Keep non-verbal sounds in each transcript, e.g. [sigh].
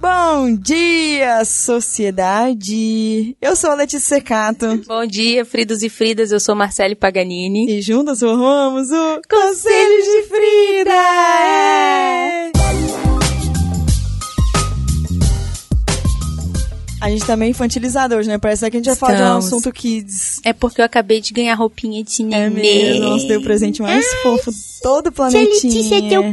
Bom dia, sociedade! Eu sou a Letícia Secato. Bom dia, Fridos e Fridas. Eu sou Marcele Paganini. E juntas formamos o Conselho de Frida! É! A gente tá meio infantilizado hoje, né? Parece que a gente já falar de um Estamos. assunto kids. É porque eu acabei de ganhar roupinha de neném. É mesmo, nossa, deu o presente mais fofo todo planetinha.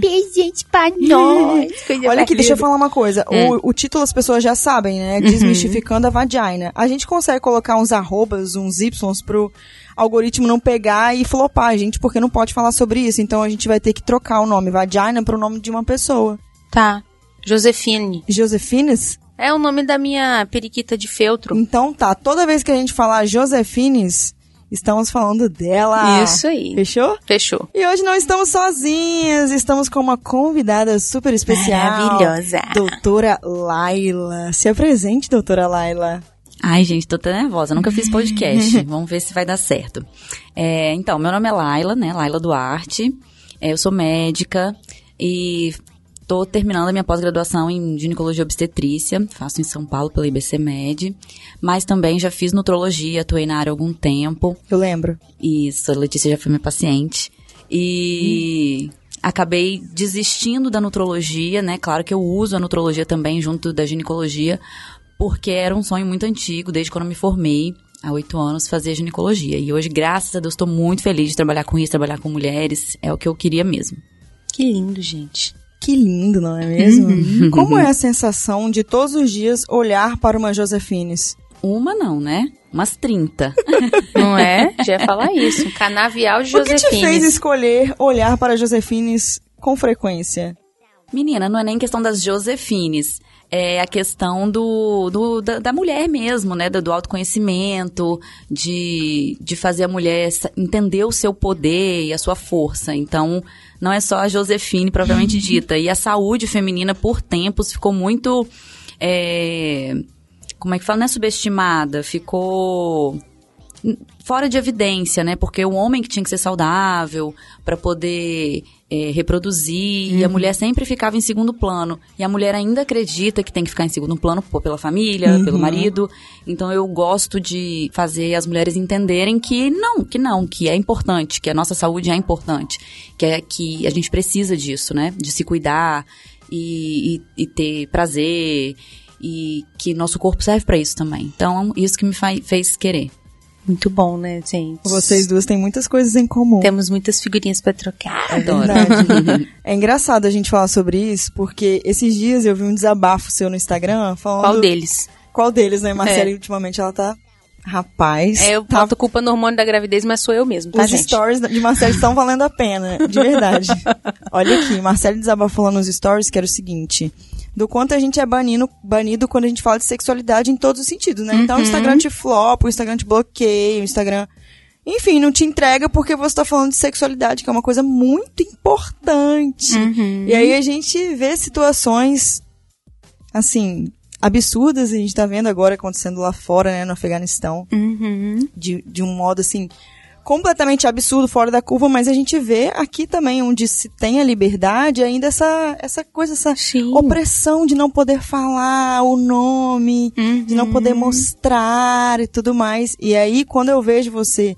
presente pra nós. Coisa Olha aqui, deixa eu maravilhosa. falar uma coisa. É. O, o título as pessoas já sabem, Uhum. né? Desmistificando a vagina. A gente consegue colocar uns arrobas, uns ys pro algoritmo não pegar e flopar a gente, porque não pode falar sobre isso. Então a gente vai ter que trocar o nome vagina pro nome de uma pessoa. Tá. Josefine. Josefines? É o nome da minha periquita de feltro. Então tá, toda vez que a gente falar Josefines, estamos falando dela. Isso aí. Fechou? Fechou. E hoje não estamos sozinhas, estamos com uma convidada super especial. Maravilhosa. Doutora Laila. Se apresente, doutora Laila. Ai, gente, tô até nervosa. Nunca fiz podcast. Vamos ver se vai dar certo. É, então, meu nome é Laila, né? Laila Duarte. É, eu sou médica e tô terminando a minha pós-graduação em ginecologia e obstetrícia. Faço em São Paulo pela IBC Med. Mas também já fiz nutrologia, atuei na área há algum tempo. Eu lembro. Isso, a Letícia já foi minha paciente. E acabei desistindo da nutrologia, né? Claro que eu uso a nutrologia também junto da ginecologia, porque era um sonho muito antigo, desde quando eu me formei, há oito anos, fazer ginecologia. E hoje, graças a Deus, estou muito feliz de trabalhar com isso, trabalhar com mulheres. É o que eu queria mesmo. Que lindo, gente. Que lindo, não é Uhum. mesmo? Como é a sensação de todos os dias olhar para uma Josefines? Uma não, né? Umas 30. Não [laughs] é? Já ia falar isso. Um canavial de O que te fez Josefine. escolher olhar para Josefines com frequência? Menina, não é nem questão das Josefines. É a questão do, do- da, da mulher mesmo, né? Do, do autoconhecimento, de, de fazer a mulher sa- entender o seu poder e a sua força. Então, não é só a Josefine propriamente dita. E a saúde feminina, por tempos, ficou muito. é, como é que fala? Não é subestimada, ficou n- fora de evidência, né? Porque o homem que tinha que ser saudável para poder é, reproduzir e a mulher sempre ficava em segundo plano. E a mulher ainda acredita que tem que ficar em segundo plano pô, pela família, pelo marido. Então eu gosto de fazer as mulheres entenderem que não, que não, que é importante, que a nossa saúde é importante, que é que a gente precisa disso, né? De se cuidar e, e- e ter prazer. E que nosso corpo serve pra isso também. Então, isso que me fa- fez querer. Muito bom, né, gente? Vocês duas têm muitas coisas em comum. é Temos muitas figurinhas pra trocar. Adoro. Verdade. é engraçado a gente falar sobre isso, porque esses dias eu vi um desabafo seu no Instagram falando. Qual deles? Qual deles, né? Marcela, ultimamente ela tá. Rapaz. É, eu tá boto culpa no hormônio da gravidez, mas sou eu mesmo, tá, Os gente? stories de Marcelo estão valendo a pena, de [laughs] verdade. Olha aqui, Marcelo desabafou lá nos stories que era o seguinte: do quanto a gente é banido, banido quando a gente fala de sexualidade em todos os sentidos, né? Uhum. Então o Instagram te flopa, o Instagram te bloqueia, o Instagram. Enfim, não te entrega porque você tá falando de sexualidade, que é uma coisa muito importante. Uhum. E aí a gente vê situações, assim, absurdas, e a gente tá vendo agora acontecendo lá fora, né, no Afeganistão Uhum. de, de um modo assim completamente absurdo, fora da curva, mas a gente vê aqui também onde se tem a liberdade, ainda essa essa coisa, essa Sim. Hum. opressão de não poder falar o nome, de não poder Uhum. mostrar e tudo mais. E aí quando eu vejo você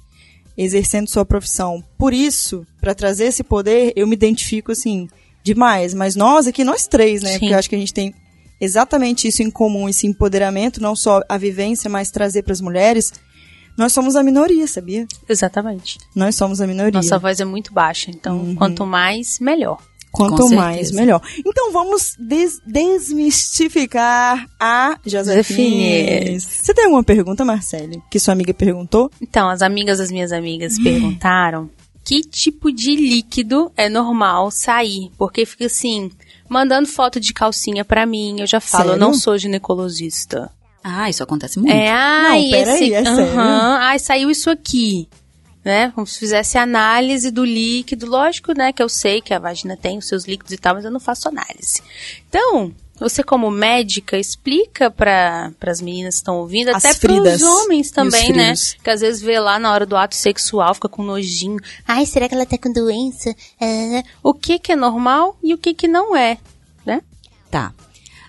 exercendo sua profissão, por isso, pra trazer esse poder, eu me identifico assim demais, mas nós aqui nós três, né? Sim. Porque eu acho que a gente tem exatamente isso em comum, esse empoderamento, não só a vivência, mas trazer para as mulheres. Nós somos a minoria, sabia? Exatamente. Nós somos a minoria. Nossa voz é muito baixa, então quanto mais, melhor. Quanto Com certeza. mais, melhor. Então vamos des- desmistificar a Josefine. Josefine. Você tem alguma pergunta, Marcele? Que sua amiga perguntou? Então, as amigas das minhas amigas perguntaram que tipo de líquido é normal sair, porque fica assim, mandando foto de calcinha pra mim, eu já falo, eu Sério? não sou ginecologista. [laughs] Ah, isso acontece muito. É, ai, peraí, esse, é sério? aham, ai, saiu isso aqui. Né? Como se fizesse análise do líquido. Lógico, né, que eu sei que a vagina tem os seus líquidos e tal, mas eu não faço análise. Então, você como médica, explica para as meninas que estão ouvindo, As até para Fridas os e homens os também, né? frios. Que às vezes vê lá na hora do ato sexual, fica com nojinho. Ai, será que ela tá com Ah, doença? É. O que que é normal e o que que não é, né? Tá.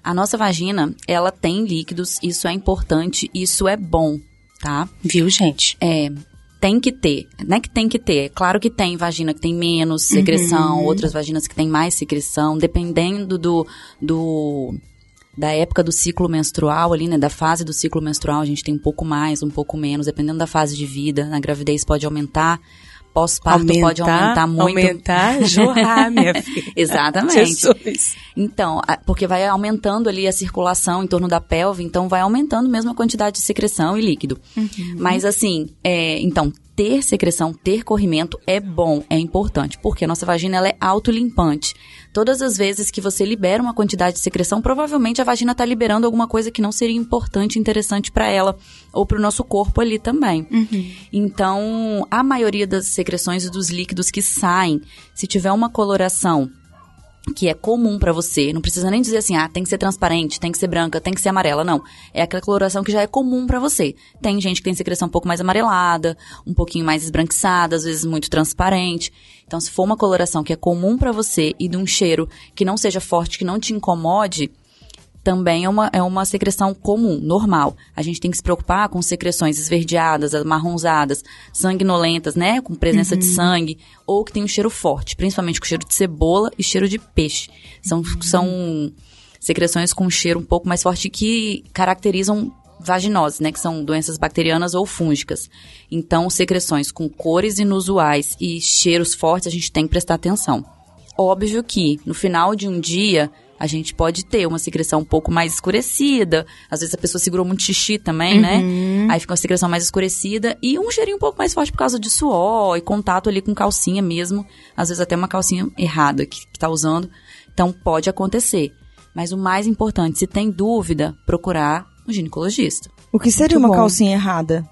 A nossa vagina, ela tem líquidos, isso é importante, isso é bom, tá? Viu, gente? É, tem que ter. Não é que tem que ter. Claro que tem vagina que tem menos Uhum. secreção, outras vaginas que tem mais secreção, dependendo do, do da época do ciclo menstrual ali, né, da fase do ciclo menstrual, a gente tem um pouco mais, um pouco menos, dependendo da fase de vida. Na gravidez pode aumentar, pós-parto pode aumentar muito. Aumentar, jorrar, [laughs] minha filha. Exatamente. Jesus. Então, a- porque vai aumentando ali a circulação em torno da pelve, então vai aumentando mesmo a quantidade de secreção e líquido. Mas assim, é, então, ter secreção, ter corrimento é bom, é importante, porque a nossa vagina ela é autolimpante. Todas as vezes que você libera uma quantidade de secreção, provavelmente a vagina está liberando alguma coisa que não seria importante, interessante para ela ou para o nosso corpo ali também. Então, a maioria das secreções e dos líquidos que saem, se tiver uma coloração que é comum pra você, não precisa nem dizer assim, ah, tem que ser transparente, tem que ser branca, tem que ser amarela, não. É aquela coloração que já é comum pra você. Tem gente que tem secreção um pouco mais amarelada, um pouquinho mais esbranquiçada, às vezes muito transparente. Então, se for uma coloração que é comum pra você e de um cheiro que não seja forte, que não te incomode, também é uma, é uma secreção comum, normal. A gente tem que se preocupar com secreções esverdeadas, amarronzadas, sanguinolentas, né? Com presença de sangue, ou que tem um cheiro forte, principalmente com cheiro de cebola e cheiro de peixe. São, são secreções com um cheiro um pouco mais forte que caracterizam vaginoses, né? Que são doenças bacterianas ou fúngicas. Então, secreções com cores inusuais e cheiros fortes, a gente tem que prestar atenção. Óbvio que no final de um dia a gente pode ter uma secreção um pouco mais escurecida. Às vezes a pessoa segurou muito xixi também, né? Aí fica uma secreção mais escurecida e um cheirinho um pouco mais forte por causa de suor e contato ali com calcinha mesmo. Às vezes até uma calcinha errada que, que tá usando. Então pode acontecer. Mas o mais importante, se tem dúvida, procurar um ginecologista. O que seria Muito uma bom. calcinha errada?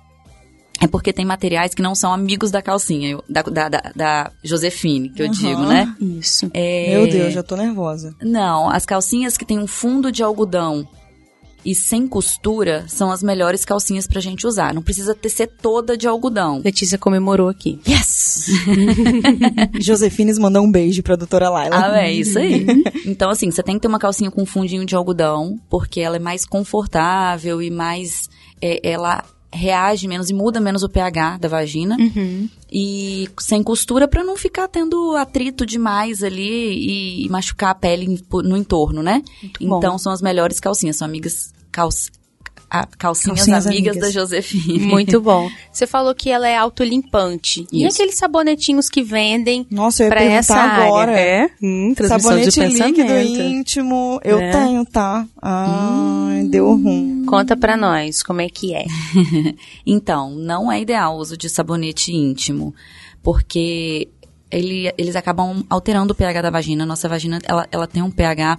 É porque tem materiais que não são amigos da calcinha, eu- da, da, da, da Josefine, que eu Aham. digo, né? Isso. É- Meu Deus, já tô nervosa. Não, as calcinhas que tem um fundo de algodão e sem costura são as melhores calcinhas pra gente usar. Não precisa ter ser toda de algodão. Letícia comemorou aqui. Yes! [laughs] Josefines mandou um beijo pra doutora Laila. Ah, é isso aí. [laughs] Então, assim, você tem que ter uma calcinha com fundinho de algodão, porque ela é mais confortável e mais. é, ela reage menos e muda menos o pH da vagina. Uhum. E sem costura pra não ficar tendo atrito demais ali e machucar a pele em- por- no entorno, né? bom. então, são as melhores calcinhas, são amigas. calci- a- calcinhas, Calcinhas amigas, amigas. da Josefine. [laughs] Muito bom. Você falou que ela é autolimpante. E Isso. aqueles sabonetinhos que vendem Nossa, eu ia pra perguntar essa agora. área? É, hum, transmissão Sabonete de pensamento. líquido íntimo. Eu É. tenho, tá? Ai, deu ruim. Conta pra nós como é que é. Então, não é ideal o uso de sabonete íntimo, porque ele- eles acabam alterando o pH da vagina. Nossa vagina, ela, ela tem um pH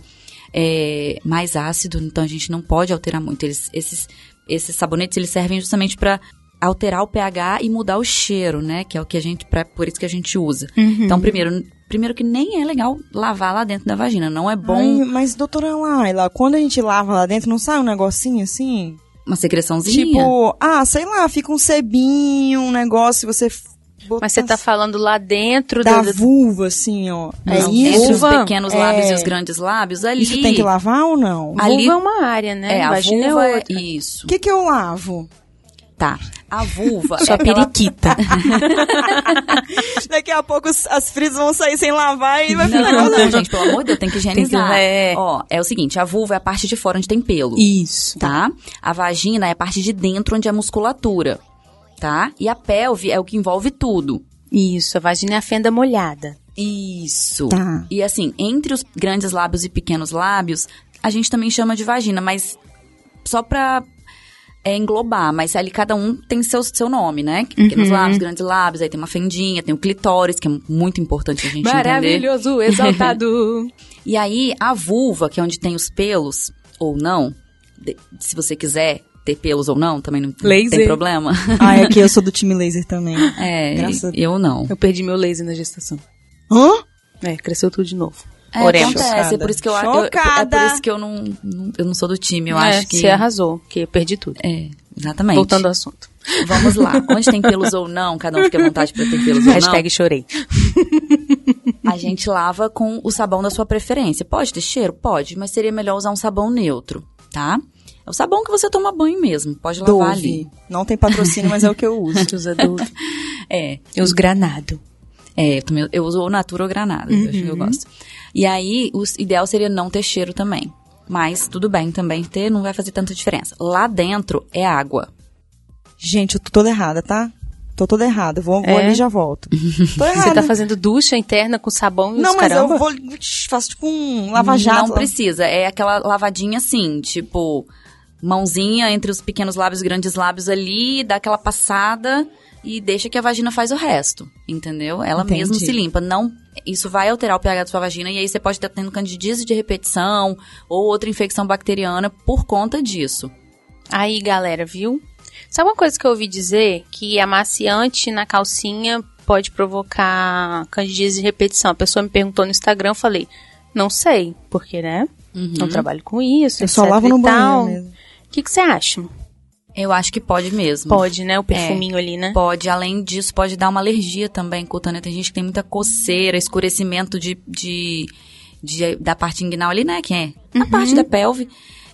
é, mais ácido, então a gente não pode alterar muito. Eles- esses, esses sabonetes, eles servem justamente para alterar o pH e mudar o cheiro, né? Que é o que a gente, pra- por isso que a gente usa. Uhum. Então, primeiro, primeiro que nem é legal lavar lá dentro da vagina, não é bom Ai, mas, doutora Laila, quando a gente lava lá dentro, não sai um negocinho assim? uma secreçãozinha. Tipo, ah, sei lá, fica um sebinho, um negócio, você. f- bota Mas você tá falando lá dentro da do- do- vulva, assim, ó. É Não, entre os isso? vulva? pequenos lábios É. e os grandes lábios, ali... Isso tem que lavar ou não? Ah, ali- vulva é uma área, né? É, a Vagina é vulva é outra. isso. O que que eu lavo? Tá. A vulva é Sua aquela- periquita. Daqui a pouco os- as frizz vão sair sem lavar e vai Não, ficar não, não, gente, pelo amor de Deus, tem que higienizar. é. Ó, é o seguinte, a vulva é a parte de fora onde tem pelo, Isso. tá? A vagina é a parte de dentro onde é a musculatura, tá? E a pelve é o que envolve tudo. Isso, a vagina é a fenda molhada. Isso. Tá. E assim, entre os grandes lábios e pequenos lábios, a gente também chama de vagina, mas só pra é, englobar, mas ali cada um tem seu, seu nome, né? Pequenos lábios, grandes lábios, aí tem uma fendinha, tem o clitóris, que é muito importante a gente entender. exaltado. E aí, a vulva, que é onde tem os pelos, ou não, de- se você quiser ter pelos ou não, também não Laser. tem problema. Ah, é que eu sou do time laser também. [laughs] É, Graças a- eu [laughs] não. Eu perdi meu laser na gestação. Hã? É, cresceu tudo de novo. É, Oremos. acontece, é por isso que eu, eu- eu- é Chocada. por isso que eu não, não- eu não sou do time, eu É, acho que Você arrasou, porque eu perdi tudo. É, exatamente. Voltando ao assunto. Vamos lá. Onde tem pelos ou não, cada um fica à vontade pra ter pelos ou não. Hashtag chorei. a gente lava com o sabão da sua preferência. Pode ter cheiro? Pode, mas seria melhor usar um sabão neutro, tá? É o sabão que você toma banho mesmo, pode lavar Dove. ali. Não tem patrocínio, mas é o que eu uso. Os adultos. É, E [laughs] os granado. É, eu, também- eu uso ou Natura ou Granada, eu, acho que eu gosto. E aí, o s- ideal seria não ter cheiro também. Mas tudo bem também ter, não vai fazer tanta diferença. Lá dentro é água. Gente, eu tô toda errada, tá? Tô toda errada. Vou, vou É? ali e já volto. Tô Você errada. tá fazendo ducha interna com sabão e Ah, não, os mas caramba. eu vou. Faço tipo um lava-jato. Não precisa, é aquela lavadinha assim, tipo, mãozinha entre os pequenos lábios e grandes lábios ali, dá aquela passada e deixa que a vagina faz o resto, entendeu? Ela Entendi. mesma se limpa, não... Isso vai alterar o pH da sua vagina e aí você pode estar tendo candidíase de repetição ou outra infecção bacteriana por conta disso. Aí, galera, viu? Sabe uma coisa que eu ouvi dizer? Que amaciante na calcinha pode provocar candidíase de repetição. A pessoa me perguntou no Instagram, eu falei, não sei, porque, né? Uhum. Não trabalho com isso, Eu só etc lavo no e tal. banheiro mesmo. O que que você acha? Eu acho que pode mesmo. Pode, né? O perfuminho ali, né? Pode, além disso, pode dar uma alergia também cutânea. Tem gente que tem muita coceira, escurecimento de, de, de- da parte inguinal ali, né? Que é na Uhum. parte da pelve.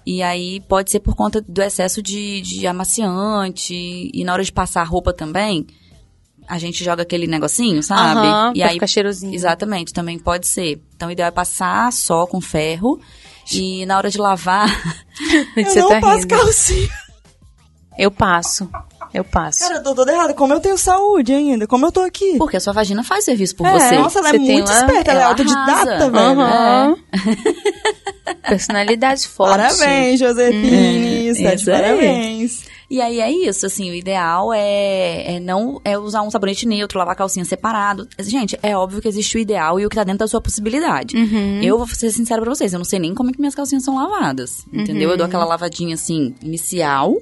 E aí pode ser por conta do excesso de, de amaciante. E na hora de passar a roupa também, a gente joga aquele negocinho, sabe? Aham, e pra aí ficar cheirosinho. [laughs] Exatamente, também pode ser. Então o ideal é passar só com ferro. E na hora [laughs] de lavar, Eu Você não assim. tá passo rindo. calcinha. Eu passo. Eu passo. Cara, eu tô toda errada. Como eu tenho saúde ainda? Como eu tô aqui? porque a sua vagina faz serviço por É, você. Nossa, ela Você é tem muito lá- esperta. Ela é ela autodidata, arrasa. velho. Aham. [laughs] Personalidade forte. né? Parabéns, É, Josefine. Você tá de isso aí. parabéns. E aí é isso, assim, o ideal é, é não é usar um sabonete neutro, lavar a calcinha separado. Gente, é óbvio que existe o ideal e o que tá dentro da sua possibilidade. Uhum. Eu vou ser sincera pra vocês, eu não sei nem como é que minhas calcinhas são lavadas, entendeu? Uhum. Eu dou aquela lavadinha, assim, inicial,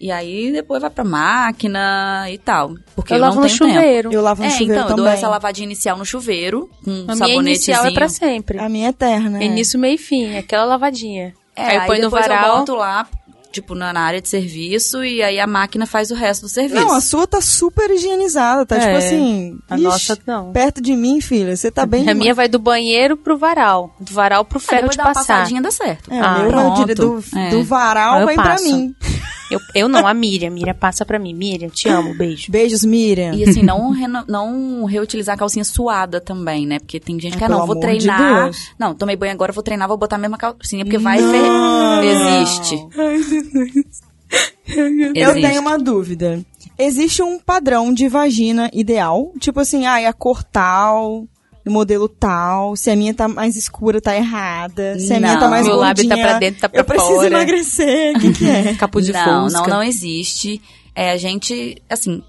e aí depois vai pra máquina e tal, porque eu, Eu lavo não no tenho tempo. chuveiro. Eu lavo no É, chuveiro então, eu também. dou essa lavadinha inicial no chuveiro, com um A minha sabonetezinho. inicial é pra sempre. A minha é eterna. é. Início, meio e fim. Aquela lavadinha. É, aí eu ponho no depois eu varal. boto lá, tipo, na, na área de serviço, e aí a máquina faz o resto do serviço. Não, a sua tá super higienizada, tá? É. Tipo assim. A ixi, nossa não. Perto de mim, filha, você tá bem. A minha vai do banheiro pro varal. Do varal pro Ah, ferro de depois dá uma passar. passadinha dá certo. É, Ah, o meu pronto. vai dire- do, É. do varal Aí eu vem pra passo. mim. Eu, eu não, a Miriam. Miriam passa pra mim. Miriam, te amo. Beijo. Beijos, Miriam. E assim, não, reno- não reutilizar a calcinha suada também, né? Porque tem gente que, Ah, ah, não, pelo vou amor de treinar. Deus. não, tomei banho agora, vou treinar, vou botar a mesma calcinha, porque vai Não. ver. Existe. Eu Existe. tenho uma dúvida. Existe um padrão de vagina ideal? Tipo assim, ah, é a cor tal, do modelo tal, se a minha tá mais escura, tá errada, se a minha Não. tá [laughs] mais Meu gordinha, lábio tá pra dentro, tá pra eu preciso fora. emagrecer, o que que é? [laughs] Capuz de não, fusca. não, não existe. É, a gente, assim,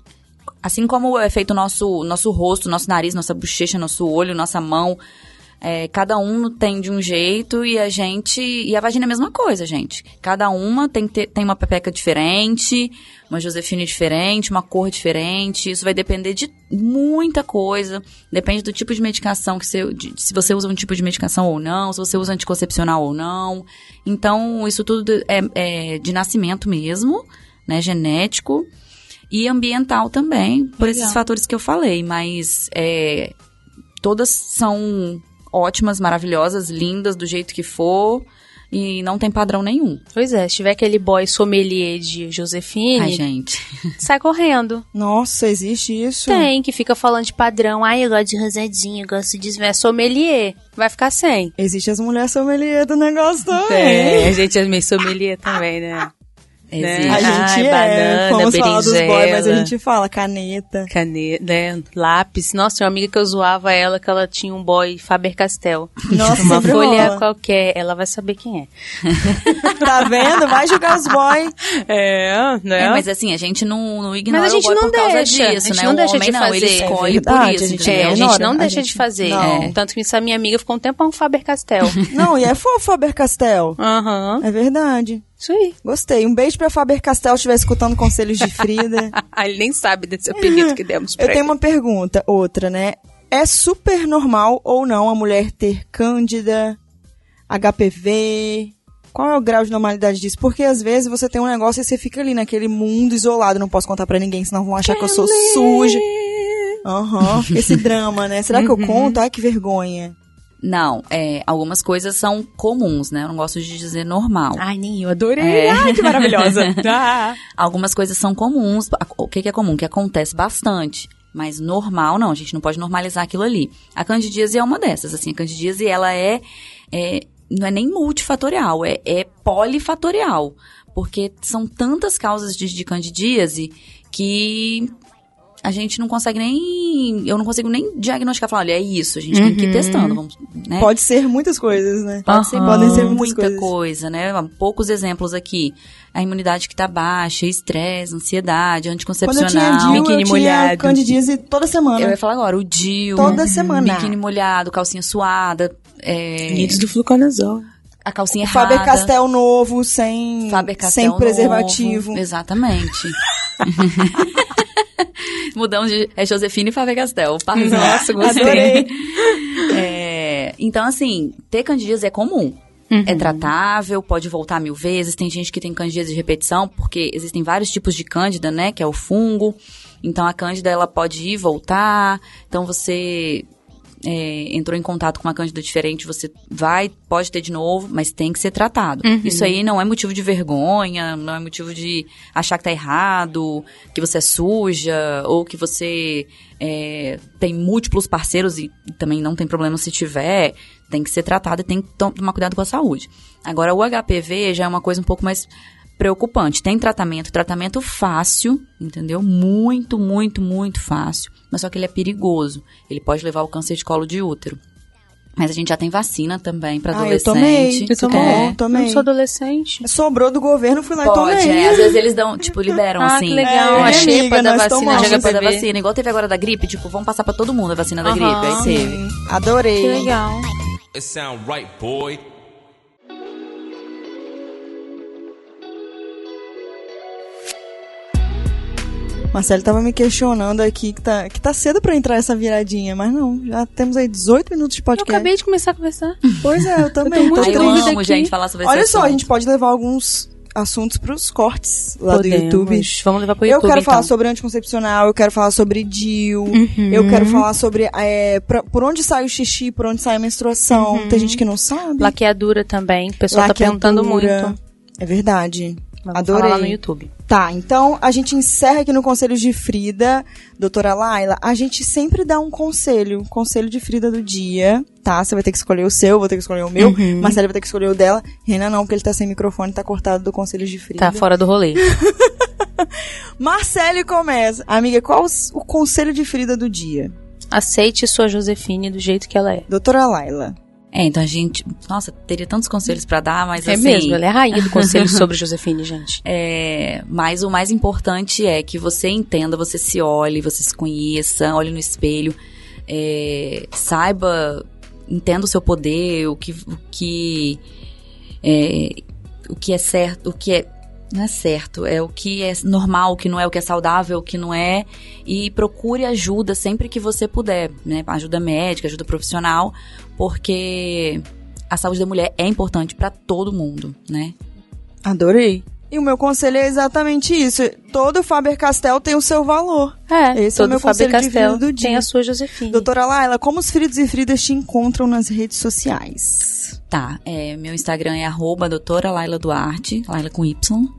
assim como é feito o nosso, nosso rosto, nosso nariz, nossa bochecha, nosso olho, nossa mão, é, cada um tem de um jeito e a gente, e a vagina é a mesma coisa, gente. Cada uma tem, que ter- tem uma pepeca diferente, uma Josefine diferente, uma cor diferente, isso vai depender de muita coisa, depende do tipo de medicação que você, de- se você usa um tipo de medicação ou não, se você usa anticoncepcional ou não, então, isso tudo é, é de nascimento mesmo, né? Genético e ambiental também, por esses fatores que eu falei. Mas é, todas são ótimas, maravilhosas, lindas do jeito que for e não tem padrão nenhum. Pois é, se tiver aquele boy sommelier de Josefine, Ai, gente. sai correndo. Nossa, existe isso? Tem, que fica falando de padrão. Ai, eu gosto de rosadinho, eu gosto de é sommelier. Vai ficar sem. Existe as mulheres sommelier do negócio também. É, a gente é meio sommelier também, né? Existe. A gente Ai, é, banana, vamos falar dos boys, mas a berinjela. gente fala caneta. Caneta, né? Lápis. Nossa, tinha uma amiga que eu zoava ela que ela tinha um boy Faber-Castell. Nossa, Uma sempre folha rola. qualquer, ela vai saber quem é. Tá vendo? Vai julgar os boys. É, né? É, mas assim, a gente não, não ignora Mas a gente o boy não por causa deixa, disso, a gente né? não o deixa homem de não, ele fazer. escolhe Verdade, por isso, né? a gente É, entendeu? a gente ignora, não a deixa de gente- fazer. É, não. Tanto que essa minha amiga ficou um tempão com Faber-Castell. Não, e é fofo, Faber Castell. [laughs] Aham. É verdade. Isso aí. Gostei. Um beijo pra Faber Castell, se estiver escutando conselhos de Frida. Ah, Ele nem sabe desse apelido que demos pra Eu ele. tenho uma pergunta, outra, né? É super normal ou não a mulher ter cândida, HPV? Qual é o grau de normalidade disso? Porque às vezes você tem um negócio e você fica ali naquele mundo isolado, não posso contar pra ninguém, senão vão achar que eu sou suja. Aham. Esse drama, né? Será que eu conto? Ai, que vergonha. Não, é, algumas coisas são comuns, né? Eu não gosto de dizer normal. Ai, nem eu adorei. É. Ai, que maravilhosa. [laughs] Ah. Algumas coisas são comuns. A- O que, que é comum? Que acontece bastante. Mas normal, não. A gente não pode normalizar aquilo ali. A candidíase é uma dessas. Assim, a candidíase, ela é... é- não é nem multifatorial, é, é polifatorial. Porque são tantas causas de, de candidíase que a gente não consegue nem... Eu não consigo nem diagnosticar. Falar, olha, é isso. A gente tem que ir Uhum. testando. Vamos, né? Pode ser muitas coisas, né? Pode ser, Aham. Podem ser muitas muita coisas. coisa, né? Poucos exemplos aqui. A imunidade que tá baixa, estresse, ansiedade, Quando eu tinha anticoncepcional. DIU, eu biquíni tinha molhado. candidíase toda semana. Eu ia falar agora, o DIU. né? Toda semana. Biquíni molhado, calcinha suada, é, Nidos do fluconazol. a calcinha errada. Faber Castell novo, sem, Faber-Castell sem novo. preservativo. Exatamente. [laughs] Mudamos de... É Josefina e Faber Castell. Par nosso, gostei. Adorei. É, então, assim, ter candidíase é comum. É tratável, pode voltar mil vezes. Tem gente que tem candidíase de repetição, porque existem vários tipos de cândida, né? Que é o fungo. Então, a cândida, ela pode ir e voltar. Então, você... é, entrou em contato com uma cândida diferente, você vai, pode ter de novo, mas tem que ser tratado. Isso aí não é motivo de vergonha, não é motivo de achar que tá errado, que você é suja, ou que você é, tem múltiplos parceiros e também não tem problema se tiver, tem que ser tratado e tem que to- tomar cuidado com a saúde. Agora, o HPV já é uma coisa um pouco mais preocupante. Tem tratamento, tratamento fácil, entendeu? Muito, muito, muito fácil, mas só que ele é perigoso. Ele pode levar ao câncer de colo de útero. Mas a gente já tem vacina também para Ah, eu adolescente. tomei. Eu tomei. É, Eu não tomei. sou adolescente. Sobrou do governo, fui lá e Pode, tomei. é, às vezes eles dão, tipo, liberam Ah, assim. que legal. É, a minha xepa amiga, da nós vacina, a tomamos. xepa da Recebi. é vacina, igual teve agora da gripe, tipo, vamos passar pra todo mundo a vacina da Aham. gripe. Aí teve. Adorei. Adorei. Que legal. It sound right, boy. Marcelo tava me questionando aqui que tá, que tá cedo pra entrar essa viradinha, mas não, já temos aí 18 minutos de Eu podcast. acabei de começar a conversar. Pois é, eu também. [laughs] Eu tô muito triste. Aí eu dúvida amo, aqui. gente, falar sobre Olha esse só, a é assunto. gente pode levar alguns assuntos pros cortes lá Podemos. do YouTube. Vamos levar pro eu YouTube, quero falar então. Uhum. sobre anticoncepcional, eu quero falar sobre DIU, eu quero falar sobre é, pra- por onde sai o xixi, por onde sai a menstruação. Uhum. Tem gente que não sabe. Laqueadura também. O pessoal tá perguntando Laqueadura. muito. É verdade. Vamos Adorei. falar lá no YouTube. Tá, então a gente encerra aqui no Conselho de Frida, doutora Laila. A gente sempre dá um conselho, um conselho de Frida do dia, tá? Você vai ter que escolher o seu, vou ter que escolher o meu, Uhum. Marcelo vai ter que escolher o dela. Renan não, porque ele tá sem microfone, tá cortado do Conselho de Frida. Tá fora do rolê. Marcele começa. Amiga, qual os- o Conselho de Frida do dia? Aceite sua Josefine do jeito que ela é. Doutora Laila. É, então a gente. Nossa, teria tantos conselhos pra dar, mas é assim. mesmo, ela é a rainha do [laughs] conselho sobre Josefine, gente. É, mas o mais importante é que você entenda, você se olhe, você se conheça, olhe no espelho, é, saiba, entenda o seu poder, o que, o que é, o que é certo, o que é não é certo, é o que é normal, o que não é, o que é saudável, o que não é, e procure ajuda sempre que você puder, né? Ajuda médica, ajuda profissional, porque a saúde da mulher é importante pra todo mundo, né? Adorei. E o meu conselho é exatamente isso. Todo Faber Castell tem o seu valor. É, Esse é o todo meu Faber conselho de vida Castell do dia. tem a sua Josefine. Doutora Laila, como os Fridos e Fridas te encontram nas redes sociais? Tá, é, meu Instagram é arroba doutora Laila Duarte, Laila com Y.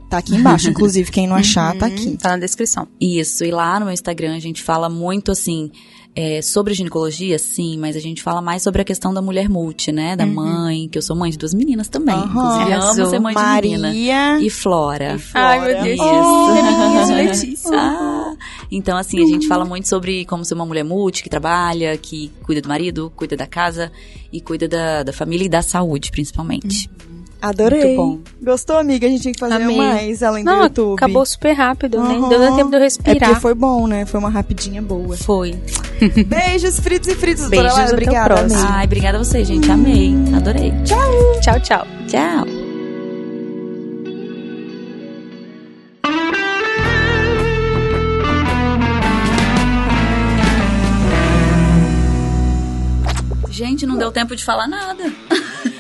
Tá aqui embaixo, inclusive, quem não achar, tá aqui. Tá na descrição. Isso, e lá no meu Instagram a gente fala muito assim, é, sobre ginecologia, sim, mas a gente fala mais sobre a questão da mulher multi, né? Da mãe, que eu sou mãe de duas meninas também. Aham. Inclusive, eu amo Arrasou. ser mãe de menina. Maria. E Flora. Ai, meu Deus. Oh, [laughs] Isso. Letícia. Ah, é Então, assim, a gente fala muito sobre como ser uma mulher multi, que trabalha, que cuida do marido, cuida da casa e cuida da, da família e da saúde, principalmente. Adorei. Muito Gostou, amiga? A gente tem que fazer Amei. mais além do Não, YouTube. acabou super rápido, Aham. né? Deu nem tempo de eu É porque respirar. foi bom, né? Foi uma rapidinha [laughs] boa. foi. Beijos, fritos e fritos. doutora Beijos, Laila. até o Obrigada. próximo. amei. Ai, obrigada a vocês, gente. Amei. Adorei. Tchau, tchau. Tchau. Gente, não deu tempo de falar nada.